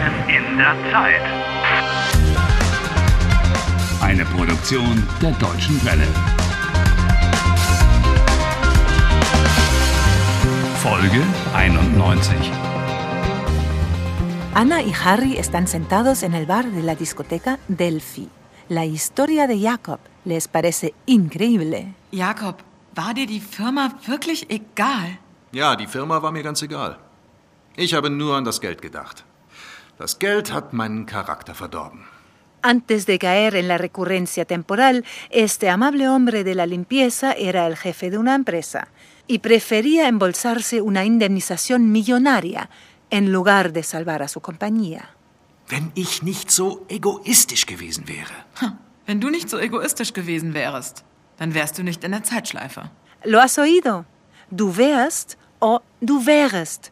der Zeit. Eine Produktion der Deutschen Welle. Folge 91. Ana y Harry están sentados en el bar de la discoteca Delphi. La historia de Jacob les parece increíble. Jakob, war dir die Firma wirklich egal? Ja, die Firma war mir ganz egal. Ich habe nur an das Geld gedacht. Das Geld hat meinen Charakter verdorben. Antes de caer en la recurrencia temporal, este amable hombre de la limpieza era el jefe de una empresa y prefería embolsarse una indemnización millonaria en lugar de salvar a su compañía. Wenn ich nicht so egoistisch gewesen wäre. Wenn du nicht so egoistisch gewesen wärst, dann wärst du nicht in der Zeitschleife. ¿Lo has oído? Du wärst o du wärest.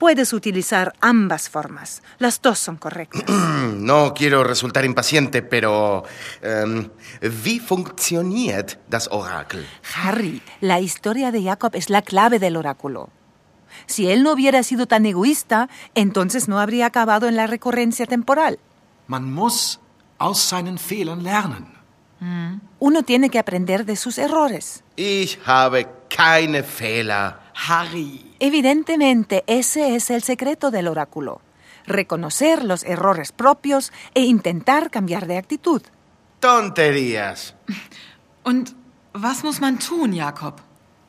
Puedes utilizar ambas formas. Las dos son correctas. No quiero resultar impaciente, pero... ähm, wie funktioniert das Orakel? Harry, la historia de Jacob es la clave del oráculo. Si él no hubiera sido tan egoísta, entonces no habría acabado en la recurrencia temporal. Man muss aus seinen Fehlern lernen. Uno tiene que aprender de sus errores. Ich habe keine Fehler. Harry. Evidentemente, ese es el secreto del oráculo. Reconocer los errores propios e intentar cambiar de actitud. Tonterías. Und was muss man tun, Jakob?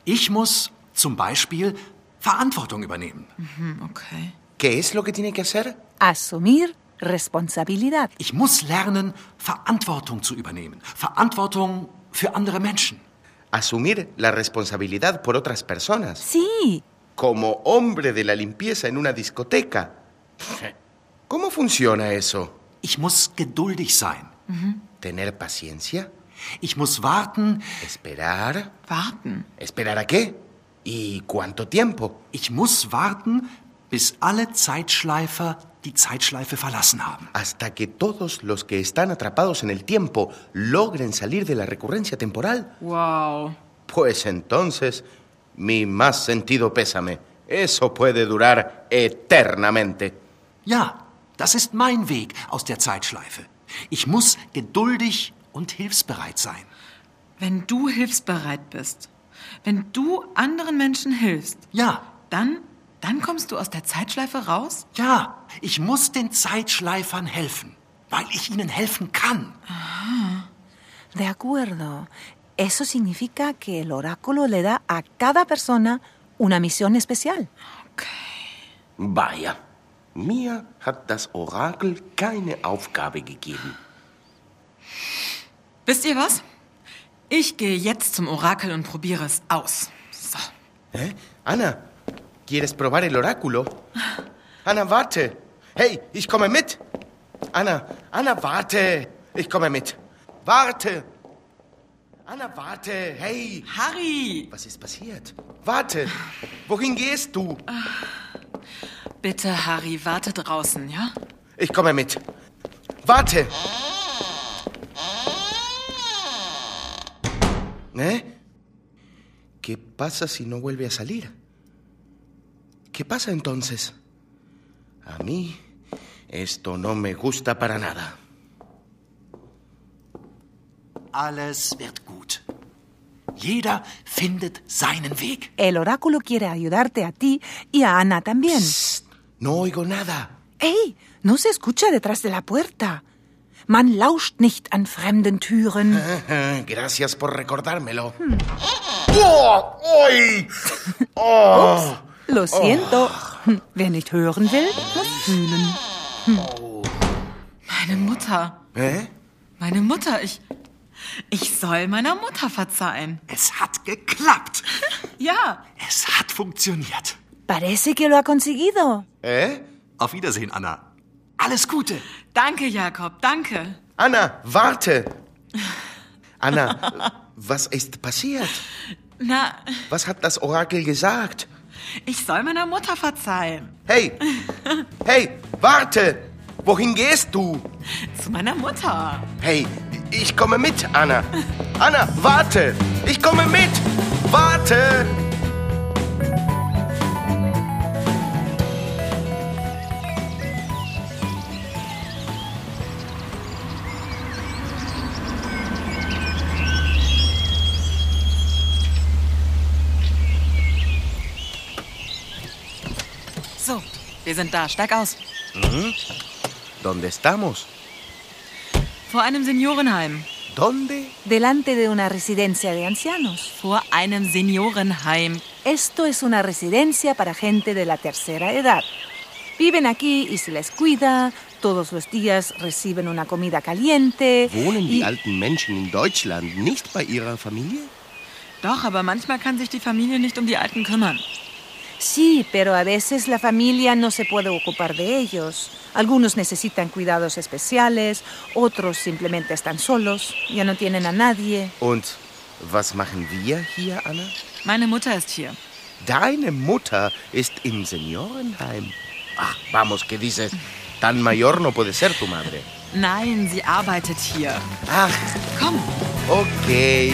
Ich muss zum Beispiel Verantwortung übernehmen. Hm, okay. ¿Qué es lo que tiene que hacer? Asumir responsabilidad. Ich muss lernen, Verantwortung zu übernehmen. Verantwortung für andere Menschen. Asumir la responsabilidad por otras personas. Sí, Como hombre de la limpieza en una discoteca. ¿Cómo funciona eso? Ich muss geduldig sein. ¿Tener paciencia? Ich muss warten. ¿Esperar? Warten. ¿Esperar a qué? ¿Y cuánto tiempo? Ich muss warten, bis alle Zeitschleifer die Zeitschleife verlassen haben. Hasta que todos los que están atrapados en el tiempo logren salir de la recurrencia temporal. Wow. Pues entonces, mi más sentido pésame. Eso puede durar eternamente. Ja, das ist mein Weg aus der Zeitschleife. Ich muss geduldig und hilfsbereit sein. Wenn du hilfsbereit bist, wenn du anderen Menschen hilfst, Ja, dann, dann kommst du aus der Zeitschleife raus? ja, ich muss den Zeitschleifern helfen, weil ich ihnen helfen kann. de acuerdo. Eso significa que el oráculo le da a cada persona una misión especial. Vaya, mir hat das Orakel keine Aufgabe gegeben. Wisst ihr was? Ich gehe jetzt zum Orakel und probiere es aus. So. ¿Eh? Ana, ¿quieres probar el oráculo? Ana, warte. Hey, ich komme mit. Ana, Ana, warte. Ich komme mit. Warte. Ana, warte. Hey. Harry! Was ist passiert? Warte. Wohin gehst du? Bitte, Harry, warte draußen, ja? Ich komme mit. Warte. ¿Eh? ¿Qué pasa si no vuelve a salir? ¿Qué pasa entonces? A mí esto no me gusta para nada. Alles wird gut. Jeder findet seinen Weg. El oráculo quiere ayudarte a ti y a Ana también. No oigo nada. ¡Ey! No se escucha detrás de la puerta. Man lauscht nicht an fremden Türen. Ajá, Gracias por recordármelo. ¡Oh! Lo siento. Wer nicht hören will, muss fühlen. Meine Mutter. ¿Eh? Meine Mutter, ich. Ich soll meiner Mutter verzeihen. Es hat geklappt. Ja. Es hat funktioniert. Parece que lo ha conseguido. ¿Eh? Auf Wiedersehen, Anna. Alles Gute. Danke, Jakob, danke. Ana, warte. Ana, was ist passiert? Na, Was hat das Orakel gesagt? ich soll meiner Mutter verzeihen. Hey, hey, warte! Wohin gehst du? Zu meiner Mutter. Hey, ich komme mit, Anna. Anna, warte! Ich komme mit! Warte! So, wir sind da. Steig aus. ¿Dónde estamos? Vor einem Seniorenheim. ¿Dónde? delante de una residencia de ancianos. Vor einem Seniorenheim. Esto es una residencia para gente de la tercera edad. Viven aquí y se les cuida, todos los días reciben una comida caliente. Wohnen die y- alten Menschen in Deutschland nicht bei ihrer Familie? Doch, aber manchmal kann sich die Familie nicht um die Alten kümmern. Sí, pero a veces la familia no se puede ocupar de ellos. Algunos necesitan cuidados especiales, otros simplemente están solos, ya no tienen a nadie. Und was machen wir hier, Anna? Meine Mutter ist hier. Deine Mutter ist im Seniorenheim. Ach, vamos, que dices? Tan mayor no puede ser tu madre. Ah, Nein, sie arbeitet hier. Ach, Komm. okay.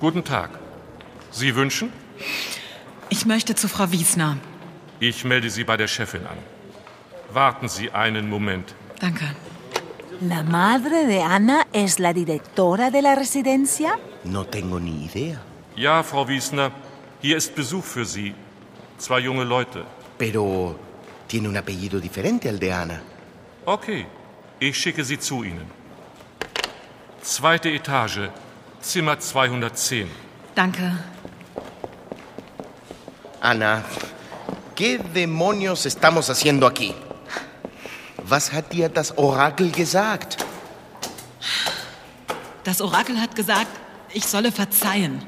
Guten Tag. Sie wünschen? Ich möchte zu Frau Wiesner. Ich melde Sie bei der Chefin an. Warten Sie einen Moment. Danke. ¿La madre de Ana es la directora de la residencia? No tengo ni idea. Ja, Frau Wiesner, hier ist Besuch für Sie. Zwei junge Leute. Pero tiene un apellido diferente al de Ana. Okay, ich schicke sie zu Ihnen. Zweite Etage, Zimmer 210. Danke. Ana, ¿qué demonios estamos haciendo aquí? Was hat dir das Orakel gesagt? Das Orakel hat gesagt, ich solle verzeihen.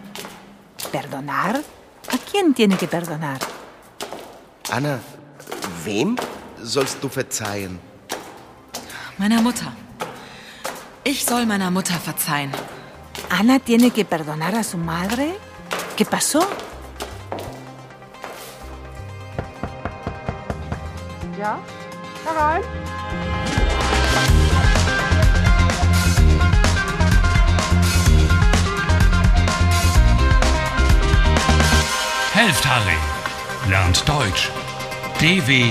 ¿Perdonar? ¿A quién tiene que perdonar? Anna, wem sollst du verzeihen? Meiner Mutter. Ich soll meiner Mutter verzeihen. ¿Ana tiene que perdonar a su madre? ¿Qué pasó? Helft Harry. Lernt Deutsch. dw.com/harry.